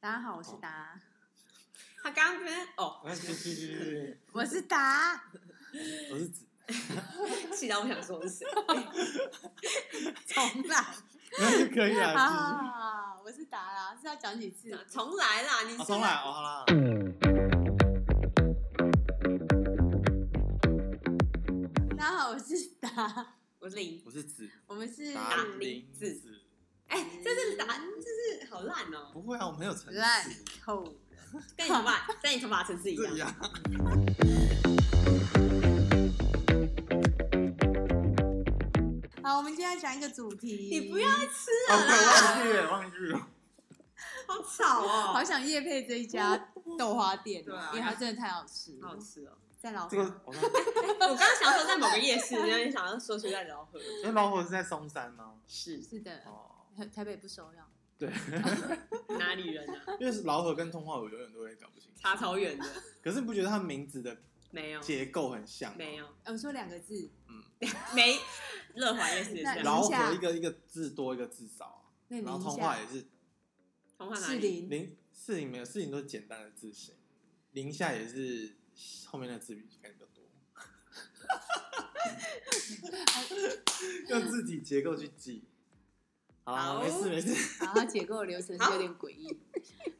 大家好，我是达，他刚刚跟哦，我是达，我是指气到不想说是哎谁。重 来，可以好啊，好好，好我是达啦，是要讲几次？重来啦！你继续啊是重来哦，好啦，大家好，我是达，我是零。我是指我们是打达林子子，哎、这是打，这是好烂哦、不会啊，我没有诚烂实，透人，跟你头 发，跟你头发层次一这啊样。 样好，我们今天要讲一个主题，你不要再吃啊，了啦，忘记了，忘记了，好吵哦、好想夜配这一家豆花店对哦啊，因为它真的太好吃好好了，吃哦、哎在老这个我看，我刚刚想说在某个夜市，有点想要说出来聊喝。因为老虎是在松山吗？是是的，哦，台台北不收料，对， 哪里人啊？因为是老虎跟通化我永远都会搞不清楚，查草远的可是你不觉得它名字的没有，结构很像吗？没，有，呃我说两个字，没乐华夜市也是那这样。老虎等一下一个一个字多一个字少啊，那你然后一通化下也是童话哪士里？林，零四零没有四零都是简单的字形，零下也是后面的字比感觉比较多， 用字体结构去记。好啦，好没事没事，然后它解构流程是有点诡异。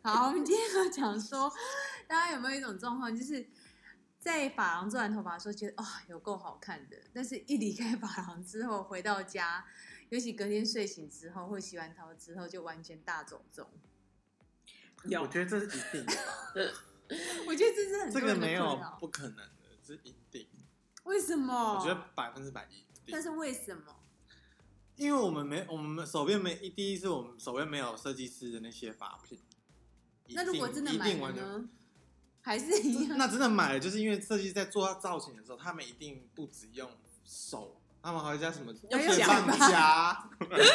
好，我们今天要讲说，大家有没有一种状况，就是在发廊做完头发的时候，觉得哦有够好看的，但是一离开发廊之后回到家，尤其隔天睡醒之后或洗完头之后，就完全大走中。我有，觉得这是一定的，我觉得这是很这多个人的没困有扰。不可能的，这是一定。为什么？我觉得百分之百一定但，是为什么？因为我们没我们手边没第一是我们手边没有设计师的那些法品，一那如定果真的一买定了完全呢？还是 一啊样？那真的买了，就是因为设计师在做他造型的时候，他们一定不止用手，他们还会加什么用电夹棒夹，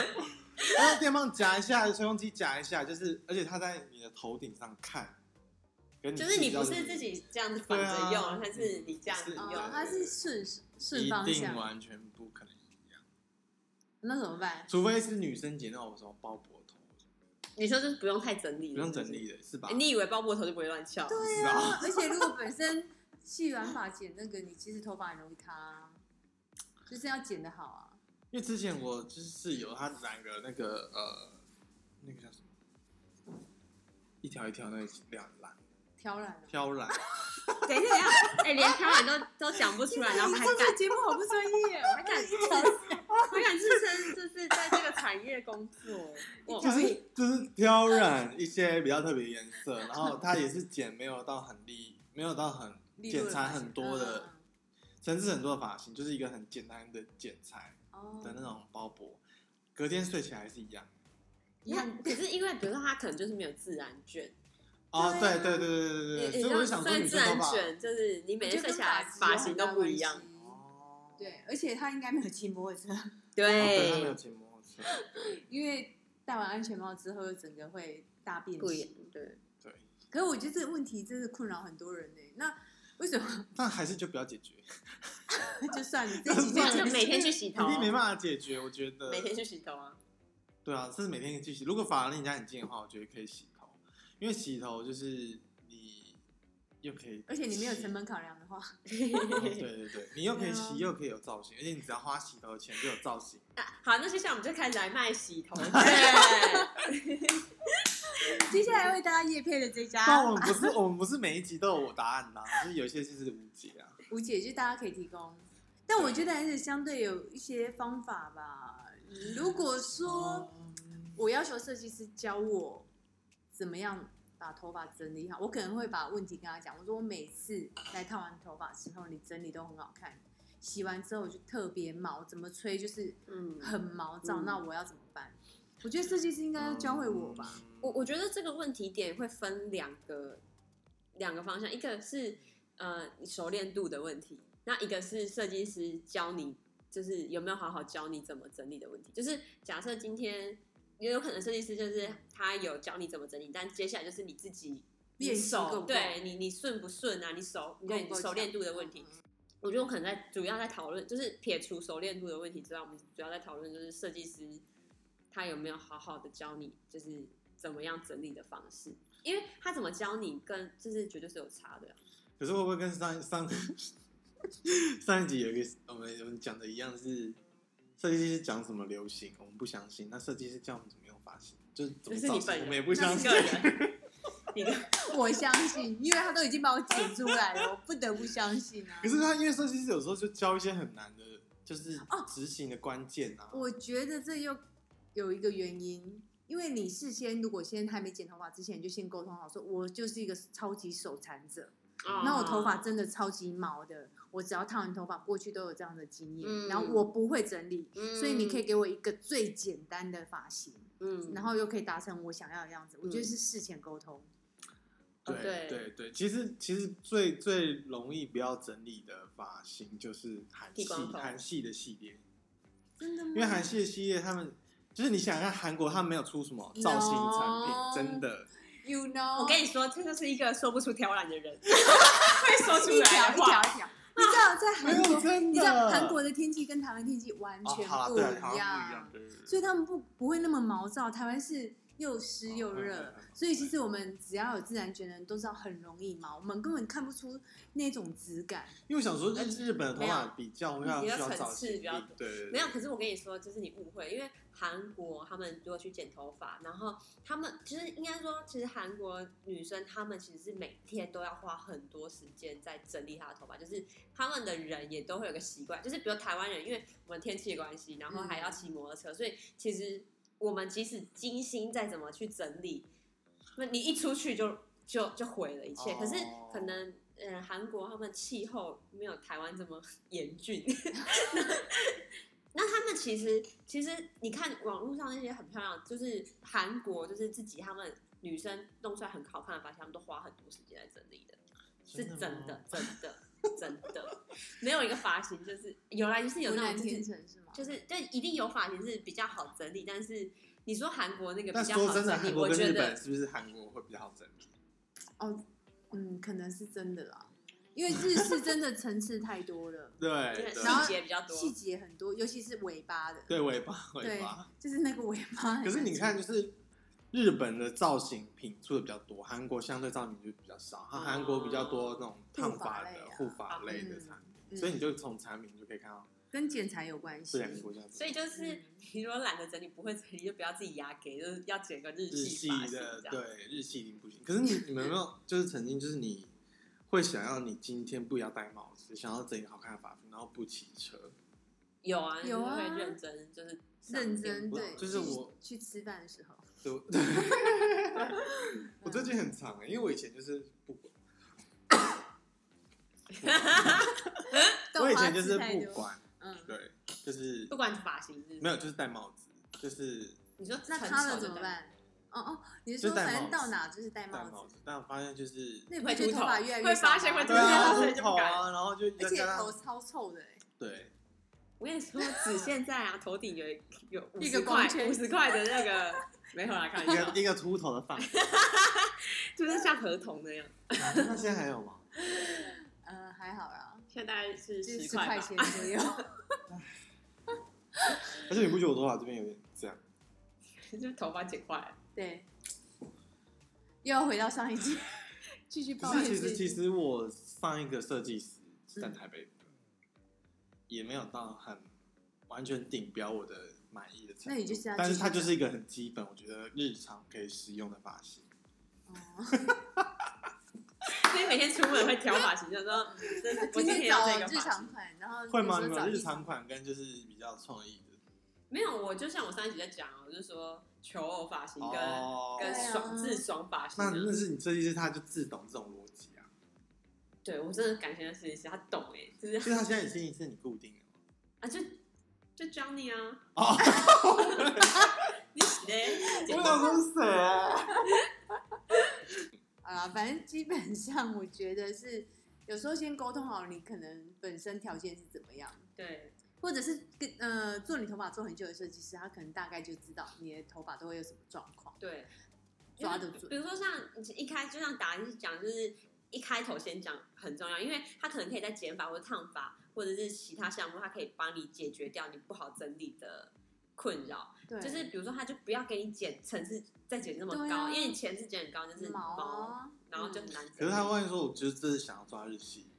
然后电棒夹一下，吹风机夹一下，就是而且他在你的头顶上看，跟你就是你不自是己自己这样子反着对用，啊但是你这样子是用有哦，，它是顺顺到方底一定向，完全不可能一样，那怎么办？除非是女生剪那种什么包脖头，你说就是不用太整理，不用整。理的是吧欸？你以为包脖头就不会乱翘？对不知啊，而且如果本身系软发剪那个，你其实头发很容易塌啊，就是要剪的好啊。因为之前我就是有他染个那个呃那个叫什么，一条一条那个两染挑染啊，挑染。等一下，等一下，哎、连挑染都都讲不出来，然后还你这敢个节目好不专 业哦，还敢自称，还敢自称，就是在这个产业工作。我就是 就是挑染一些比较特别的颜色，然后它也是剪没有到很利，没有到很利落剪的裁发型很多的，嗯层次很多的发型，就是一个很简单的剪裁哦的那种包裹。隔天睡起来还是一样。你看，可是因为比如说他可能就是没有自然卷，哦，对啊对对对对对对，所以我就想说所以女自生头然发卷就是你每就天睡跟起来质发型都不一有样。很大关系。哦，对，而且他应该没有骑摩托车，哦对，它没有对，剪摩托车，因为戴完安全帽之后，整个会大变不一样形。。对，对，可是我觉得这个问题真是困扰很多人呢、那为 什么但还是就不要解决，就算你自己不就然觉就得每天去洗一头，啊定没办法解决，我觉得每天去洗头 啊。对啊，这是每天去洗。如果法兰离家很近的话，我觉得可以洗头，因为洗头就是你又可以，而且你没有成本考量的 话，哦。 对对对，你又可对以啊洗，又可以有造型，而且你只要花洗头的钱就有造型。好，那接下来我们就开始来卖洗 头对，接下来为大家夜配的这但家我们不是，我们不是每一集都有答案啦，就是有一些就是无解啊。无解，就大家可以提供。但我觉得还是相对有一些方法吧。如果哦说我要求设计师教我怎么样把头发整理好，我可能会把问题跟他讲。我说我每次来烫完头发之后，你整理都很好看，洗完之后我就特别毛，怎么吹就是 嗯，很毛躁。嗯那我要怎么办？我觉得设计师应该要教会我吧。哦我我觉得这个问题点会分两个两个方向，一个是呃你熟练度的问题，那一个是设计师教你，就是有没有好好教你怎么整理的问题。就是假设今天也有可能设计师就是他有教你怎么整理，但接下来就是你自己练习手够不够对你你顺不顺啊，你手对够你不够熟练强度的问题。嗯我觉得我可能在主要在讨论，就是撇除熟练度的问题之外，我们主要在讨论就是设计师他有没有好好的教你，就是怎么样整理的方式，因为他怎么教你跟就是绝对是有差的啊、可是会不会跟上上上一集 有一个我们我们讲的一样是，设计师讲什么流行，我们不相信；那设计师叫我们怎么用发型，就是怎这么是造你型，本我人，们也不相信那。是 个人。你的我相信，因为他都已经把我剪出来了，我不得不相信啊可。是他因为设计师有时候就教一些很难的，就是哦执行的关键啊。我觉得这又有一个原因，因为你事先如果先还没剪头发之前就先沟通好，说我就是一个超级手残者，啊哦那我头发真的超级毛的，我只要烫完头发过去都有这样的经验，嗯然后我不会整理，嗯所以你可以给我一个最简单的发型，嗯然后又可以达成我想要的样子。我觉得是事前沟通，哦对对对对，其实其实最最容易不要整理的发型就是韩剃系光头嗯韩系的系列，真的吗？因为韩系的系列他们就是你想看韩国，他们没有出什么造型产嗯品哦 No 真的。 you know，我跟你说，这就是一个说不出挑染 的人，会说出一条来一的话条一条，你知道在没韩有国，真的，你知道韩国的天气跟台湾天气完哦全好啦不对好像不一样样，，对对对所以他们不不会那么毛躁。台湾是又湿又哦热嗯嗯，嗯所以其实我们只要有自然卷的人都知道很容易毛，我们根本看不出那种质感。因为我想说，日本的呃头没发有比较要需比较要层造次型比较力对对对没有，可是我跟你说，就是你误会，因为韩国他们如果去剪头发，然后他们其实应该说，其实韩国女生她们其实是每天都要花很多时间在整理她的头发，就是他们的人也都会有个习惯，就是比如台湾人，因为我们天气的关系，然后还要骑摩托车，所以其实我们即使精心再怎么去整理，那你一出去就就就毁了一切。可是哦可能。嗯，韩国他们气候没有台湾这么严峻，那他们其实其实你看网络上那些很漂亮，就是韩国就是自己他们女生弄出来很好看的发型，他们都花很多时间来整理的，是真吗的真的真的，没有一个发型就是有来就是有湖那南种就天是成是吗？就是就一定有发型是比较好整理，但是你说韩国那个但比较说好真的，整韩理，国我跟日觉本得是不是韩国会比较好整理？嗯，可能是真的啦，因为日式真的层次太多了 ，对啊就是对然后细节比较多，细节很多，尤其是尾巴的，对，尾巴尾巴。就是那个尾巴很难剪。可是你看，就是日本的造型品出的比较多，韩国相对造型就比较少。它哦韩国比较多那种烫发的护护发发类啊类的产嗯品，所以你就啊从产品就可以看到跟剪裁有关系这，两个国家。所以就是嗯你如果懒得整理，不会整理，就不要自己压给，就是要剪个日日系系发型的这，样。对日系一定不行。可是你你们有没有就是曾经就是你会想要你今天不要戴帽子，想要整一个好看的发型，然后不骑车？有啊，有啊就是会认真，就是上认电真脑对，就是我去吃饭的时候，嗯对，我我最近很长、欸，因为我以前就是不管，欸我以前就豆是花吃太不多，管，嗯，对，就是不管发型是没有就是戴帽子，就是你说那成他熟了的怎么戴？办？哦哦，你是就说戴反帽正子到哪就是戴戴帽帽子，子，但我发现就是那你不会觉得秃头发头越来会越少发现吗会秃对头啊， 所以秃就头不敢啊，然后就而再且加头上超臭的欸，对，我跟你说，只现在啊，头顶有有五 一个十光块圈五十块的那个， 没有啦，开一玩笑，个一个秃头的发型，就是像合同那样。那现在还有吗？嗯，还好啦，现在大概是就是十十块吧，钱左右。 而且你不觉得我头发这边有点这样？就是头发剪坏了。对，又要回到上一集，继续抱可怨是其这实一其集。实我上一个设计师是在台北的，也没有到很完全顶标我的满意的程度。那你就是要但是它继续就是一个很基本，我觉得日常可以使用的发型。哦所以每天出门会挑发型，就 说这是我今天要找这个日发型常。款，然后会吗？有你时候们找有日一常款跟就是比较创意的没有，我就像我上一集在讲啊，我就说求偶发型跟、哦。跟对啊爽自爽发型那啊。那是你设计师，他就自懂这种逻辑啊，对我真的感谢设计师，他懂哎、就是所以他现在已经是你固定的嘛。啊，就就 Johnny 啊，哦，你嘞，我想说是谁啊？好啦，啊反正基本上我觉得是有时候先沟通好，你可能本身条件是怎么样，对，或者是跟呃做你头发做很久的设计师，他可能大概就知道你的头发都会有什么状况，对，抓得准比如说像一开，就像达是讲，就是一开头先讲很重要，因为他可能可以在剪发或烫发或者是其他项目，他可以帮你解决掉你不好整理的困扰，对，就是比如说他就不要给你剪层次再剪那么对高，啊因为你前次剪很高就是毛啊，然后就很难整理。可是他万一说，我就是这是想要抓日系，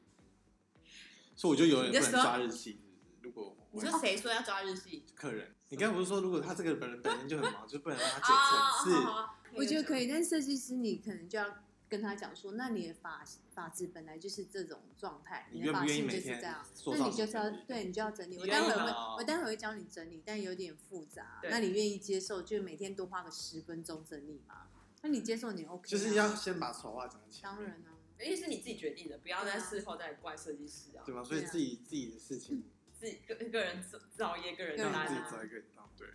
所以我就有点不能抓日系。如果你我说谁说要抓日系？客人，你刚才不是说，如果他这个人本身就很忙，就不能让哦他剪层 次？我觉得可以，但设计师你可能就要跟他讲说，那你的发发质本来就是这种状态，你的愿不发愿意型每就是这天样。塑那造你就是要成这样对，你就要整理。你我待会愿儿意会吗，我待会儿会教你整理，但有点复杂。对那你愿意接受，就每天多花个十分钟整理吗？那你接受你 OK？啊就是要先把丑话讲清，当然啊，因为是你自己决定的，不要在对啊事后再怪设计师啊，对吧？所以对啊自己自己的事情，自己个个人造造业，个人对让担自己啊找一个人当对。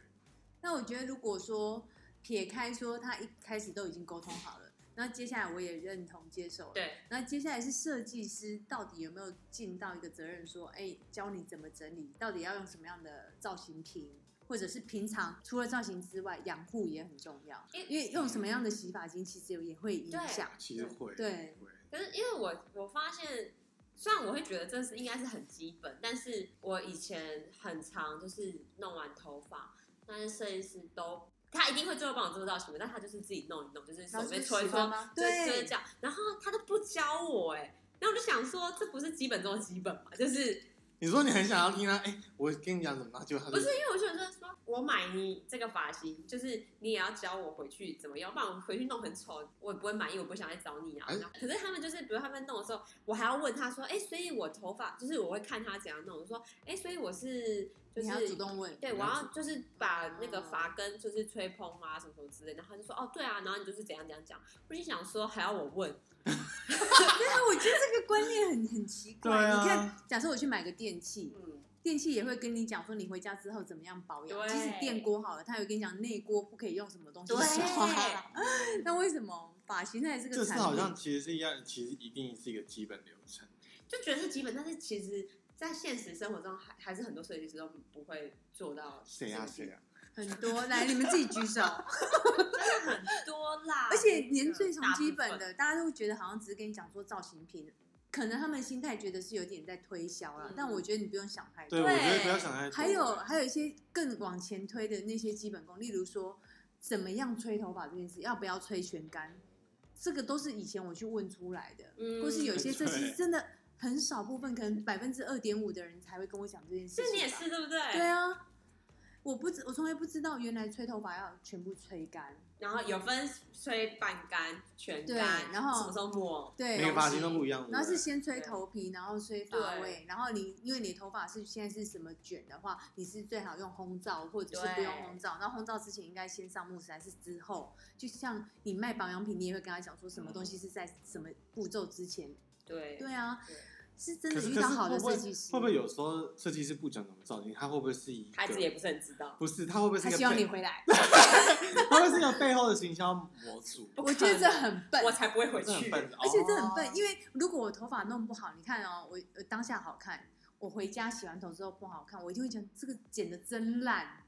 那我觉得，如果说撇开说他一开始都已经沟通好了，那接下来我也认同接受了。对，那接下来是设计师到底有没有尽到一个责任？说，哎、教你怎么整理，到底要用什么样的造型品，或者是平常除了造型之外，养护也很重要，因为因为用什么样的洗发精其实也会影响。其实会对会，可是因为我我发现，虽然我会觉得这是应该是很基本，但是我以前很常就是弄完头发，但是设计师都他一定会最后帮我做造型，但他就是自己弄一弄，就是手然后就边是搓一喜欢搓，吗？就就是对这，样，然后他都不教我哎、然后我就想说，这不是基本中的基本嘛？就是你说你很想要听他，哎，我跟你讲怎么拿，就嗯他不是因为我觉得说，我买你这个发型，就是你也要教我回去怎么用，不然我回去弄很丑，我也不会满意，我不想再找你啊。哎然后可是他们就是，比如他们弄的时候，我还要问他说，哎、所以我头发就是我会看他怎样弄，我说，哎、所以我是就你还要主是。动问。 对，你我要要就是把那个发根就是吹蓬啊，什么什么之类的，然后他就说哦，对啊，然后你就是怎样怎样讲，我就想说还要我问，对啊，我觉得这个观念很很奇怪。对啊你看，假设我去买个电 器，嗯，电器也会跟你讲说你回家之后怎么样保养。对即使电锅好了，它也跟你讲内锅不可以用什么东西对烧 啊。那为什么发型它也是个这是产好品？像其实是一样，其实一定是一个基本流程。就觉得是基本，但是其实在现实生活中还还是很多设计师都不会做到谁这呀个谁啊呀？很多，来你们自己举 手。真的很多 啦，而且连最从大部分基本，的，大家都会觉得好像只是跟你讲说造型品，可能他们心态觉得是有点在推销了，嗯但我觉得你不用想太对，多。我觉得不要想太多。还有还有一些更往前推的那些基本功，例如说怎么样吹头发这件事，要不要吹全干，这个都是以前我去问出来的，嗯或是有些设计师对真的很少部分，可能百分之二点五的人才会跟我讲这件事情这吧。你也是对不对？对。啊，我不知我从来不知道原来吹头发要全部吹干。然后有分吹半干、全对干，然后什么时候抹？对，每个发型都不一样。然后对是不对先吹头皮，然后吹发尾，然后你因为你的头发是现在是什么卷的话，你是最好用烘皂或者是不对用烘皂。那烘皂之前应该先上慕斯还是之后？就像你卖保养品，你也会跟他讲说什么东西是在什么步骤之前。嗯对对啊对，是真可的是遇可到是好的会不会设计师，会不会有时候设计师不讲怎么造型，他会不会是一个他自己也不是很知道，不是他会不会是他一个希望你背回来？他会不会是一个背后的行销模组？不我可觉得这能很笨，我才不会回这很去。笨，而且这很哦笨，因为如果我头发弄不好，你看哦，我我当下好看，我回家洗完头之后不好看，我一定会讲这个剪的真哦烂。哦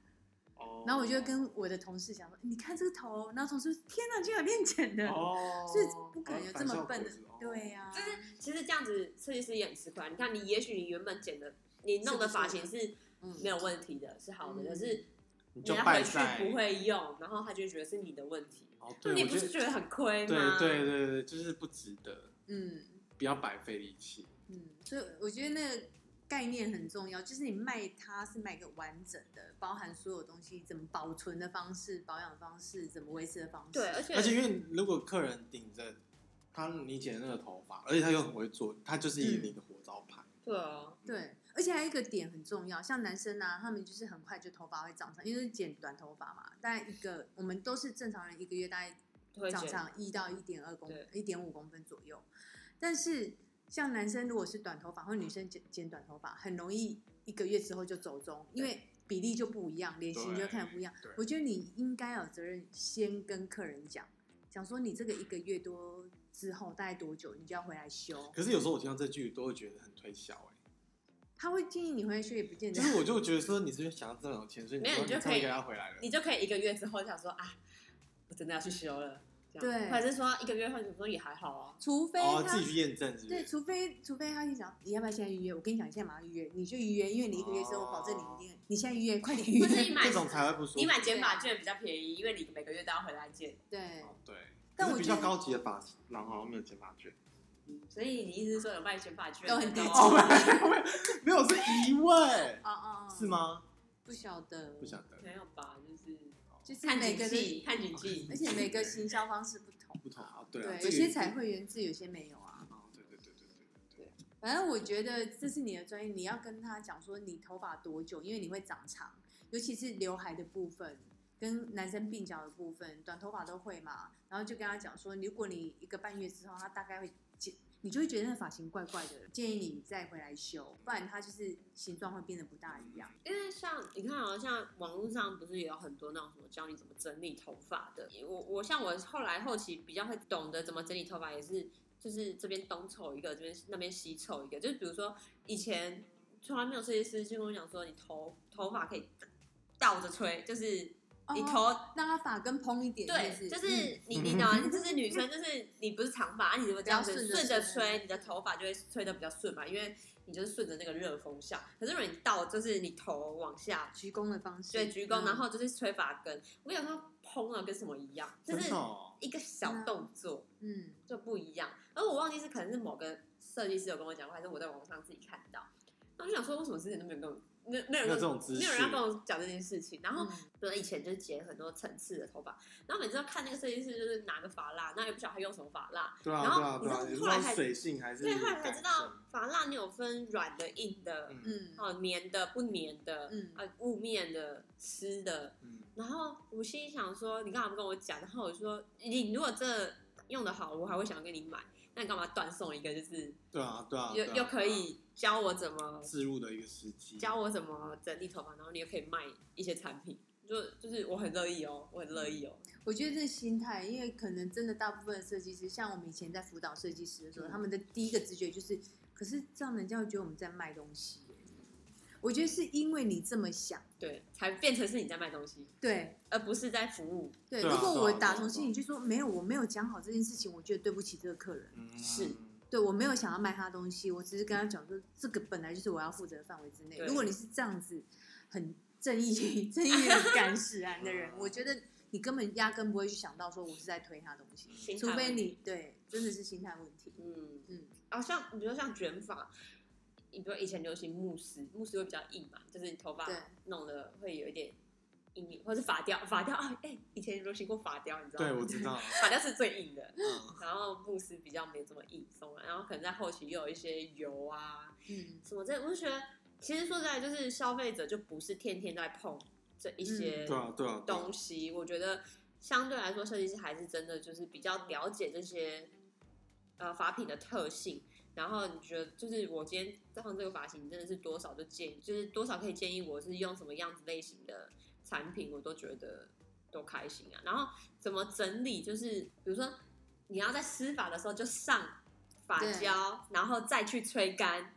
然后我就会跟我的同事讲说：“你看这个头。”然后同事说：“天哪，居然变剪的！”哦，所以不可能有这么笨的反效果是哦对呀、就是其实这样子，设计师也很吃亏啊。你看，你也许你原本剪的，你弄是的不错发型是没有问题的，是好的，嗯可是哦你人就家拜回去赛不。会用，然后他就会觉得是你的问题。哦，那你对，我不觉是得觉得很亏吗？啊对对对对，就是不值得，嗯不要白费力气。嗯，所以我觉得那个概念很重要，就是你卖它是卖一个完整的，包含所有东西，怎么保存的方式、保养方式、怎么维持的方式。对，而且而且因为如果客人顶着他你剪的那个头发，而且他又很会做，他就是以你的活招牌。对啊，嗯对，而且还有一个点很重要，像男生啊，他们就是很快就头发会长长，因为是剪短头发嘛，大概一个我们都是正常人一个月大概会长觉得长一到一点二公对一点五公分左右。但是像男生如果是短头发，或女生剪剪短头发，很容易一个月之后就走中，因为比例就不一样，脸型就看着不一样对对。我觉得你应该有责任先跟客人讲，讲说你这个一个月多之后大概多久，你就要回来修。可是有时候我听到这句都会觉得很推销哎、他会建议你回来修，也不见得其。实我就觉得说你是不是想要挣到钱，所以你没有说你就你可终以于要回来了。你就可以一个月之后想说啊，我真的要去修了，这样对或者是说一个月后，你说也还好啊，除非哦，他自己去验证是不对，是？除非除非他跟你讲，你要不要现在预约？我跟你讲，你现在马上预约，你就预约，因为你一个月之后，我保证你哦一定，你现在预约，快点预或者你约。买这种才会不舒服。你买减法券比较便宜，因为你每个月都要回来减，对，哦对，但可是我比觉得较高级的法郎好像没有减法券，所以你意思是说有卖减法券都很低哦，没有没有没有是疑问，哦哦，是？吗？不晓得，不晓得，没有吧？就是就是看每景个人，气，看景气而。且每个行销方式不同，不同啊，对对，，啊有这个些也采会员制，有些没有啊。哦，对对对对对对反正我觉得这是你的专业，你要跟他讲说你头发多久，因为你会长长，尤其是刘海的部分，跟男生鬓角的部分，短头发都会嘛。然后就跟他讲说，如果你一个半月之后，他大概会剪，你就会觉得那发型怪怪的，建议你再回来修，不然它就是形状会变得不大一样。因为像你看哦，像网络上不是也有很多那种什么教你怎么整理头发的。我我像我后来后期比较会懂得怎么整理头发，也是就是这边东凑一个，这边那边西凑一个。就是比如说以前从来没有设计师就跟我讲说，你头头发可以倒着吹，就是你哦头、让它发根蓬一点，对，就就是嗯你你懂吗？就是女生，就是你不是长发，啊你如果这样不子要顺着顺着吹吹，你的头发就会吹得比较顺嘛，因为你就是顺着那个热风向。可是如果你倒，就是你头往下，鞠躬的方式，对，鞠躬，嗯然后就是吹发根。我想说，蓬啊了跟什么一样，就对，是真的哦一个小动作嗯，就不一样。而我忘记是可能是某个设计师有跟我讲过，还是我在网上自己看到。那我就想说，为什么之前都没有跟我，没没有没有人这跟种我资没有人要讯跟我讲这件事情，然后。嗯比如以前就是剪很多层次的头发，然后每次都看那个设计师就是拿个发蜡，那也不晓得他用什么发蜡。对啊然后对啊对啊，你也知道后不来知道才水性还是对，后来才感知道受，发蜡你有分软的、硬的，嗯嗯哦，粘的、不粘的，嗯呃，雾面的、湿的。嗯，然后我心里想说，你干嘛不跟我讲？然后我说，你如果这用的好，我还会想跟你买。那你干嘛断送一个？就是对啊对啊，又对啊又可以教我怎么置入的一个时机，教我怎么整理头发，然后你又可以卖一些产品，就就是我很乐意哦，我很乐意哦。嗯我觉得这是心态，因为可能真的大部分的设计师，像我们以前在辅导设计师的时候，嗯他们的第一个直觉就是，可是这样人家会觉得我们在卖东西耶。我觉得是因为你这么想，对，才变成是你在卖东西，对而不是在服务。对。对啊如果我对啊打对啊从心里就说没有，我没有讲好这件事情，我觉得对不起这个客人，嗯是对我没有想要卖他东西，我只是跟他讲说，这个本来就是我要负责的范围之内。对如果你是这样子，很正义、正义 很敢使然的嗯人，我觉得你根本压根不会去想到说我是在推他东西，心态除非问你对真的是心态问题。嗯，嗯，啊，像你比如说像卷发，你比如以前流行慕斯，慕斯会比较硬嘛，就是你头发对弄的会有一点硬硬，或是发雕，发雕啊，哎、以前流行过发雕，你知道吗？对，我 知道，发雕是最硬的，嗯，然后慕斯比较没这么硬松软，然后可能在后期又有一些油啊，嗯什么这，我就觉得其实说实在，就是消费者就不是天天在碰这一些对啊对啊，对啊东西，我觉得相对来说，设计师还是真的就是比较了解这些呃发品的特性。然后你觉得，就是我今天在放这个发型，真的是多少就建议，就是多少可以建议我是用什么样子类型的产品，我都觉得都开心啊。然后怎么整理，就是比如说你要在施法的时候就上发对胶，然后再去吹干，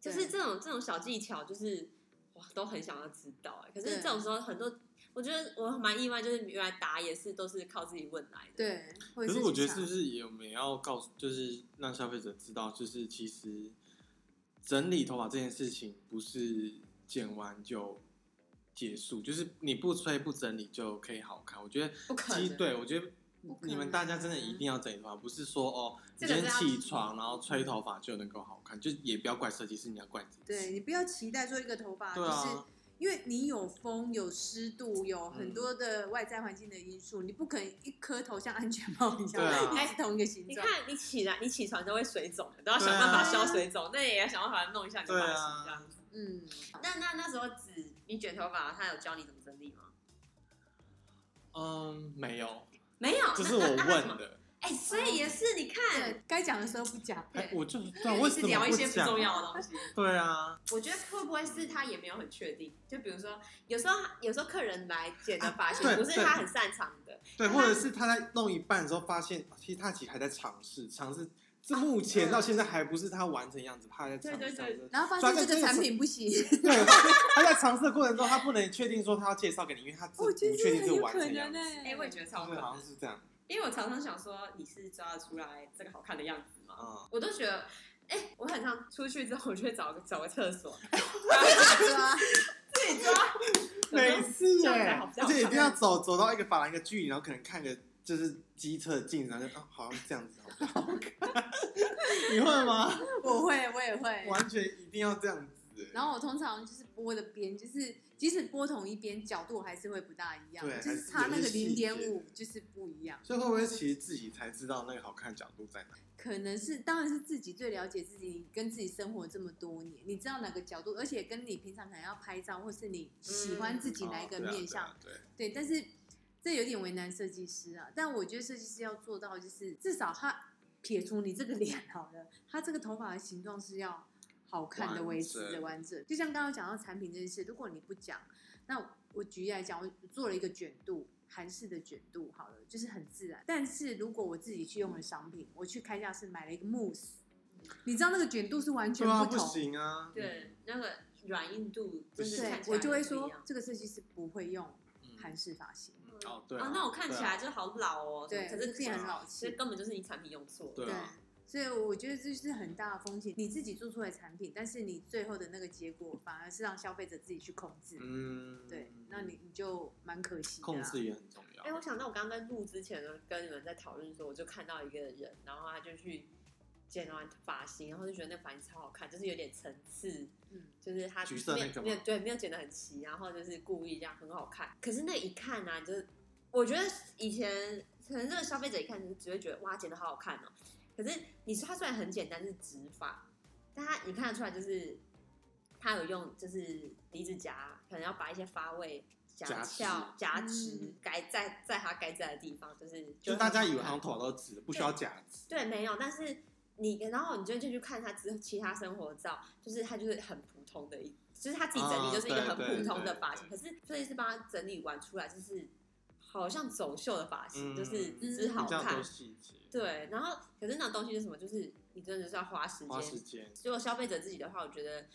就是对这种这种小技巧，就是哇都很想要知道、欸。可是对这种时候很多我觉得我蛮意外，就是原来答也是都是靠自己问来的。，对，或可者是是我去觉得查是不是也没要告诉，就是让消费者知道，就是其实整理头发这件事情不是剪完就结束，就是你不吹不整理就可以好看。我觉得不可其能实对我觉得不可你们能大家真的一定要整理头发，不是说哦这你个今天是要起床然后吹头发就能够好看，就也不要怪设计师，你要怪自己。对你不要期待说一个头发对就是啊。，因为你有风、有湿度、有很嗯多的外在环境的因素，你不可能一颗头像安全帽一样，对啊一直同一个形哎你状。看，你起来，你起床都会水肿的，都要想对办啊法消水肿，那也要想办法弄一下你的发对型啊这样子。嗯，那那那时候子，你卷头发，他有教你怎么整理吗？嗯，没有，没有，这是那那那我他怎问么的。 哎、所以也是你看，对，该讲的时候不讲。哎，我就对啊，因为为你什是聊么一不些不讲重要的东西。对啊，我觉得会不会是他也没有很确定？就比如说，有时候有时候客人来剪的发型、啊对不是他很擅长的，对，那或他者是他在弄一半的时候发现，其实他其实还在尝试，尝试这目前嗯到现在还不是他完成样子，他还在尝对试。对对然后发现这个产品不行，对，他他在尝试的过程中，他不能确定说他要介绍给你，因为他自我不觉得确定这这很个有完可成样能子。哎、 哎、我也觉得超对，可好能像。是这样。因为我常常想说，你是抓得出来这个好看的样子吗？啊，我都觉得，哎、我很常出去之后，我就会找个找个厕所，对啊，自 己抓，每次这样才哎好比，较而好且一定要走走到一个发廊一个距离，然后可能看个就是机车的镜子，然后就啊，好像这样子 好不好看？你会吗？我会，我也会。完全一定要这样子哎。然后我通常就是拨的边，就是即使拨同一边，角度还是会不大一样就对，还是是差有那一个些细零点节五就是不一样。所以会不会其实自己才知道那个好看角度在哪？可能是当然是自己最了解自己，你跟自己生活这么多年，你知道哪个角度，而且跟你平常可能要拍照，或是你喜欢自己哪一个哦面相，？对啊对啊对，但是这有点为难设计师啊。但我觉得设计师要做到，就是至少他撇除你这个脸好了，他这个头发的形状是要好看的、完维持的整完整。就像刚刚讲到产品这件事，如果你不讲，那我举例来讲，我做了一个卷度。韩式的卷度好了，就是很自然。但是如果我自己去用了商品，我去开架是买了一个慕斯，你知道那个卷度是完全对啊，同不行啊。对，那个软硬度就是对看起来我就会很不一说样这个设计师不会用嗯韩式发型。嗯哦，对啊。哦，那我看起对啊来就好老哦，对，可是变很老其气实。根本就是你产品用错了。对啊，所以我觉得这就是很大的风险。你自己做出来的产品，但是你最后的那个结果反而是让消费者自己去控制。嗯，对，那你你就蛮可惜的、啊。控制也很重哎、要。我想到我刚刚在录之前呢，跟你们在讨论的时候，我就看到一个人，然后他就去剪完发型，然后就觉得那发型超好看，就是有点层次，嗯，就是他橘色那没有个吗没有对没有剪得很齐，然后就是故意这样很好看。可是那一看啊，就是我觉得以前可能这个消费者一看就只会觉得哇剪得好好看哦，可是你说它虽然很简单是直发，但它你看得出来就是它有用就是离子夹，可能要把一些发位。夹夹翘、夹直嗯该在在它该在的地方，就是就是是大家以为好像头发都直的，不需要假直。对，没有，但是你，然后你就就去看他之后其他生活照，就是他就是很普通的一，就是他自己整理啊就是一个很对对普通的对发型，可是设计师帮他整理完出来，就是好像走秀的发型，就是嗯只好这样看都。细节，对，然后可是那种东西是什么？就是你真的是要花时花间时间。如果消费者自己的话，我觉得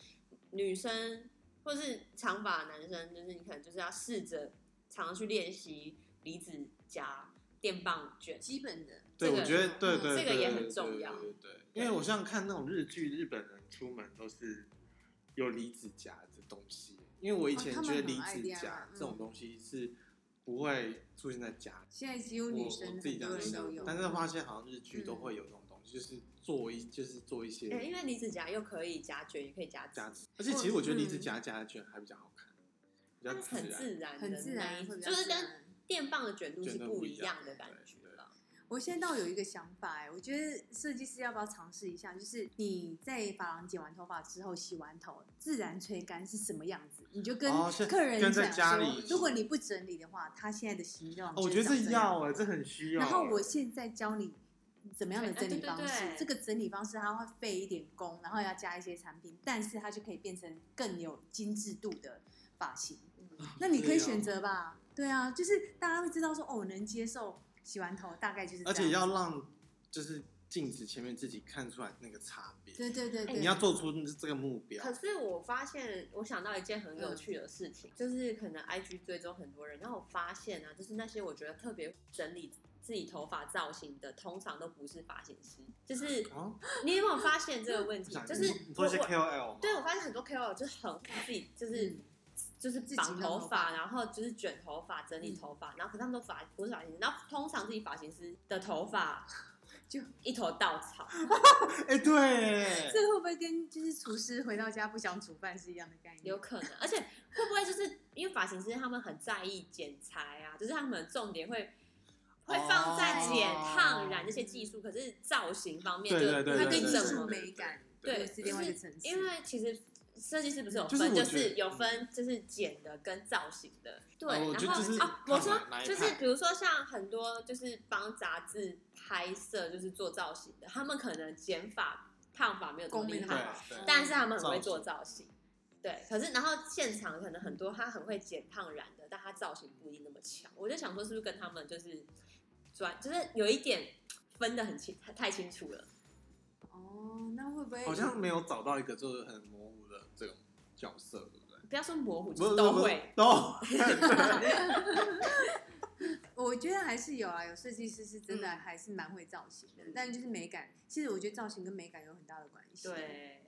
女生或是长发的男生，就是你可能就是要试着常常去练习离子夹、电棒卷，基本的。对，这我个觉得对嗯对，这个对也对很对重对要对对，对因为我像看那种日剧，日本人出门都是有离子夹的东西，因为我以前哦他们觉得很离爱子 DIY，夹嗯这种东西是不会出现在家里。现在几乎我女我生自很己这多样人都想有，，但是发现好像日剧都嗯会有这种东西，就是做一就是做一哎、些因为离子夹又可以夹卷，也可以夹直夹子，而且其实我觉得离子嗯夹夹的卷还比较好看，比较它是很自然。自然的很自那然，一会比较就是自跟然。电棒的卷度卷是度不不一一样样的感觉了。我现在倒有一个想法、哎，我觉得设计师要不要尝试一下？就是你在发廊剪完头发之后，洗完头，自然吹干是什么样子，你就跟哦是客人跟讲在家说里，如果你不整理的话，他现在的形状、哦，我觉得这这要哎，这很需要哎。然后我现在教你怎么样的整理方式，哎对对对这个整理方式它会费一点工，然后要加一些产品，但是它就可以变成更有精致度的发型。嗯，那你可以对啊选择吧，对啊，就是大家会知道说哦，我能接受洗完头大概就是这而样，且要让就是镜子前面自己看出来那个差别，对对对对，哎你要做出这个目标可。是我发现，我想到一件很嗯有趣的事情，就是可能 IG 追踪很多人，然后我发现啊，就是那些我觉得特别整理自己头发造型的，通常都不是发型师。就是哦，你有没有发现这个问我题？想就是你我做一些我 KOL 吗对我发现很多 KOL 就是很自己就是。嗯就是自己绑弄头头发，发然后就是卷头发、整理嗯头发，然后可是他们都发不是发型师，然后通常自己发型师的头发 就一头稻草，哎，对，这会不会跟就是厨师回到家不想煮饭是一样的概念有？可能，而且会不会就是因为发型师他们很在意剪裁啊，就是他们重点会。会放在剪、哦烫染这些技术，可是造型方面对就对对它不跟知艺对怎术么对美感对又是另外一个层次，因为其实设计师不是有就是分，我就觉得是有分，就是剪的跟造型的。对，哦我觉然得后就是啊，看我说哪哪一就是派比如说像很多就是帮杂志拍摄，就是做造型的，他们可能剪发、烫发没有这么功力厉那么害好，对但是他们很会做造型。对，可是然后现场可能很多他很会剪烫染的，但他造型不一定那么强。我就想说，是不是跟他们就是专，就是有一点分的很清，太太清楚了。哦，那会不会好像没有找到一个就是很模糊的这种角色，对不对？不要说模糊，不就是 是都不是会。都，我觉得还是有啊，有设计师是真的还是蛮会造型的，嗯但就是美感，其实我觉得造型跟美感有很大的关系。，对，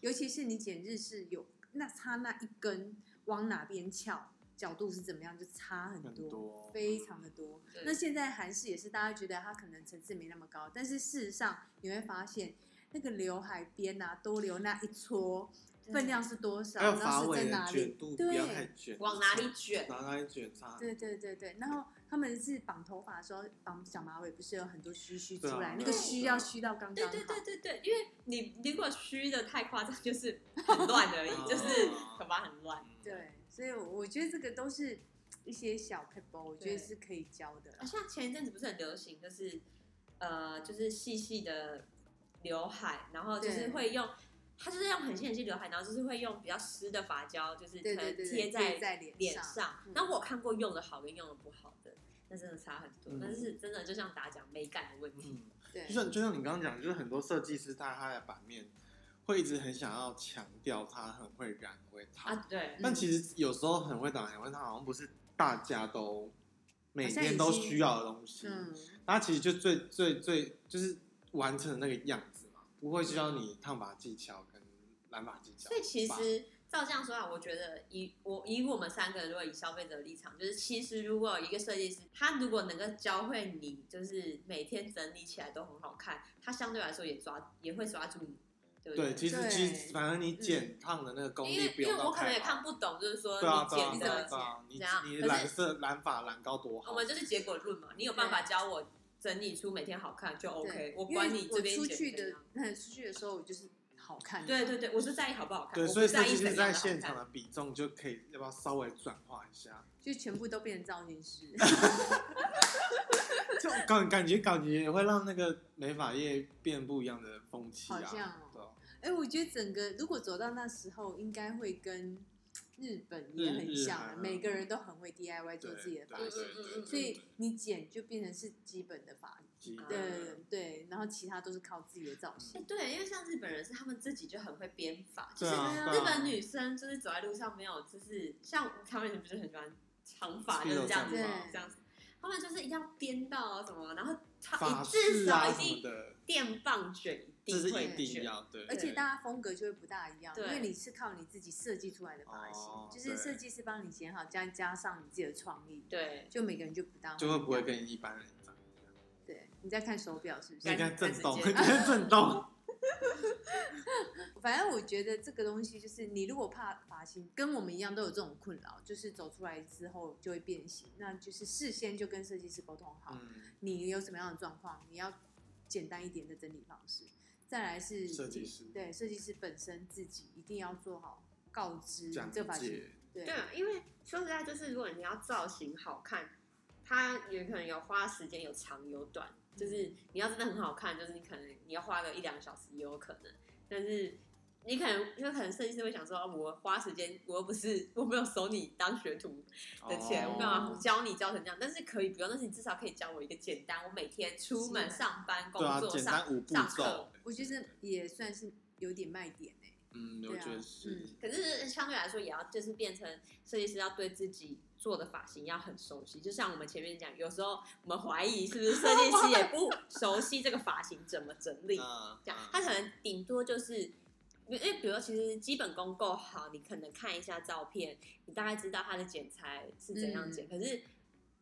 尤其是你剪日式有那它那一根往哪边翘，角度是怎么样，就差很 很多，多非常的多。对那现在韩式也是，大家觉得它可能层次没那么高，但是事实上你会发现，那个刘海边啊，多留那一撮，分量是多少，还有然发后是尾在的哪卷里？度不对要太卷，往哪里卷？往哪里卷差。对对对对，然后他们是绑头发的时候，绑小马尾不是有很多须须出对啊来，那个对须要须到刚刚对好。对对对对，因为你你如果虚的太夸张， 就是很乱而已，哦就是头发很乱。嗯对所以我我觉得这个都是一些小 p e b l e 我觉得对是可以教的啦啊，。像前一阵子不是很流行，就是呃，就是细细的刘海，然后就是对会用，它就是用很细很细刘海，然后就是会用比较湿的发胶，就是对可对对能对，贴在在脸脸上。上嗯。那我有看过用的好跟用的不好的，那真的差很多嗯。但是真的就像打讲美感的问题，嗯，对就，像就像你刚刚讲，就是很多设计师在他的版面会一直很想要强调他很会染，很会烫啊，对，但其实有时候很会打很会烫，好像不是大家都每天都需要的东西。嗯，它其实就最最最就是完成的那个样子嘛，不会需要你烫发技巧跟染发技嗯巧吧。所以其实照这样说啊，我觉得以我以我们三个人，如果以消费者的立场，就是其实如果有一个设计师，他如果能够教会你，就是每天整理起来都很好看，他相对来说也抓也会抓住你，对不嗯对，其实对其实反正你剪烫的那个功因力为不因为用我到可能也太看好。不懂，就是说对啊，对啊，剪对啊的，对啊，怎样你你可是染色染发染膏多好我，们就是结果论嘛。你有办法教我整理出每天好看就 OK，对我因管为你我这边出剪去怎的样，那 出去的时候我就是好看。对对对，我是在意好不好看，对，我不所以设在计意师怎在样的好现看。场的比重就可以，要不要稍微转化一下？就全部都变成造型师。就感感觉感觉也会让那个美发业变不一样的风气啊，好像哦对啊哎、我觉得整个如果走到那时候，应该会跟日本也很日日像韩啊啊，每个人都很会 DIY 做自己的发对型，对对对所以对你剪就变成是基本的发型，基本对对对，然后其他都是靠自己的造型。哎对，因为像日本人是他们自己就很会编法，就对是啊，嗯对日啊本女生就是走在路上没有，就是像台湾人不是很喜欢长发，就是这样子对这样子，他们就是一定要编到啊什么，然后法他至式啊少一什么定的，电棒卷一这定是会一卷，定要嗯对，而且大家风格就会不大一样，因对为你是靠你自己设计出来的发型，哦就是设计师帮你剪好，加加上你自己的创意，对，就每个人就不大就会不一会样跟一般人长一样，对。你在看手表是不是？那应该震动，看应该震动，反正我觉得这个东西就是，你如果怕发型，跟我们一样都有这种困扰，就是走出来之后就会变形，那就是事先就跟设计师沟通好，嗯，你有什么样的状况，你要简单一点的整理方式。再来是设计师对设计师本身自己一定要做好告知你讲这发型，解，对对，啊因为说实在，就是如果你要造型好看，它有可能有花时间，有长有短。就是你要真的很好看，就是你可能你要花个一两个小时也有可能，但是你可能因为可能设计师会想说，哦、我花时间，我又不是我没有收你当学徒的钱，哦我干嘛教你教成这样？但是可以不用，但是你至少可以教我一个简单，我每天出门是上班工对啊，作简上。单五步上骤课，我觉得也算是有点卖点哎、嗯，我对啊觉得是嗯，可是相对来说，也要就是变成设计师要对自己做的发型要很熟悉。就像我们前面讲，有时候我们怀疑是不是设计师也不熟悉这个发型怎么整 理，嗯这样嗯他可能顶多就是，因为比如说其实基本功够好，你可能看一下照片，你大概知道他的剪裁是怎样剪，可是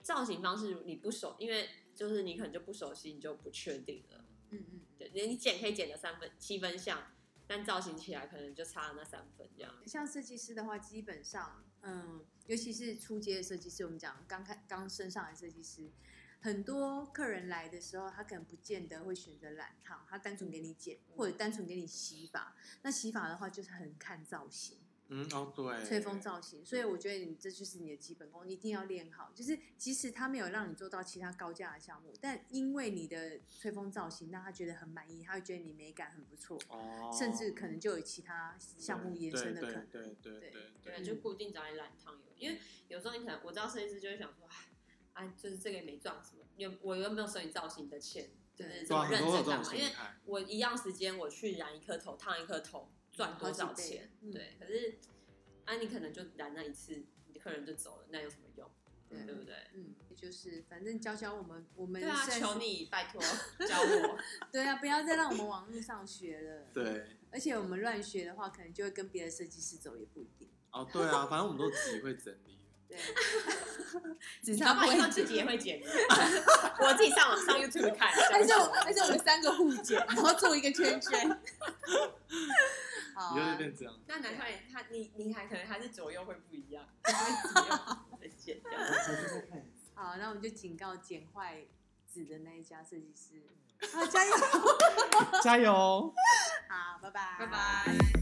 造型方式你不熟，因为就是你可能就不熟悉，你就不确定了。嗯嗯。对，你剪可以剪个三分七分像，但造型起来可能就差了那三分这样。像设计师的话，基本上，嗯，尤其是初阶的设计师，我们讲刚开刚升上来的设计师，很多客人来的时候，他可能不见得会选择染烫，他单纯给你剪，或者单纯给你洗发。那洗发的话，就是很看造型，嗯，哦对，吹风造型。所以我觉得你这就是你的基本功，一定要练好。就是即使他没有让你做到其他高价的项目，但因为你的吹风造型让他觉得很满意，他会觉得你美感很不错，哦，甚至可能就有其他项目延伸的可能。对对对对对对对，就嗯固定找你染烫油，因为有时候你可能我知道设计师就会想说，哎，啊，就是这个也没赚什么，有我又没有收你造型的钱，就是对这对啊，么很认多有真这干种嘛？心因为态，我一样时间我去染一颗头，烫一颗头，赚多少好几倍钱？嗯对，可是啊，你可能就染那一次，你的客人就走了，那有什么用？对对不对？嗯，就是反正教教我们，我们对啊，算是求你拜托教我。 对啊，不要再让我们网络上学了。，对，而且我们乱学的话，可能就会跟别的设计师走，也不一定。哦，对啊，反正我们都自己会整理。 对，只然差不后会以后自剪己也会 剪，我自己上网上 YouTube 看。而且我而且我们三个互剪，然后做一个圈圈。 好你就会啊，变这样，那难怪他你你还可能还是左右会不一样，会剪掉。好，啊那我们就警告剪坏纸的那一家设嗯计师，好加油！ 加油！好，拜拜，拜拜。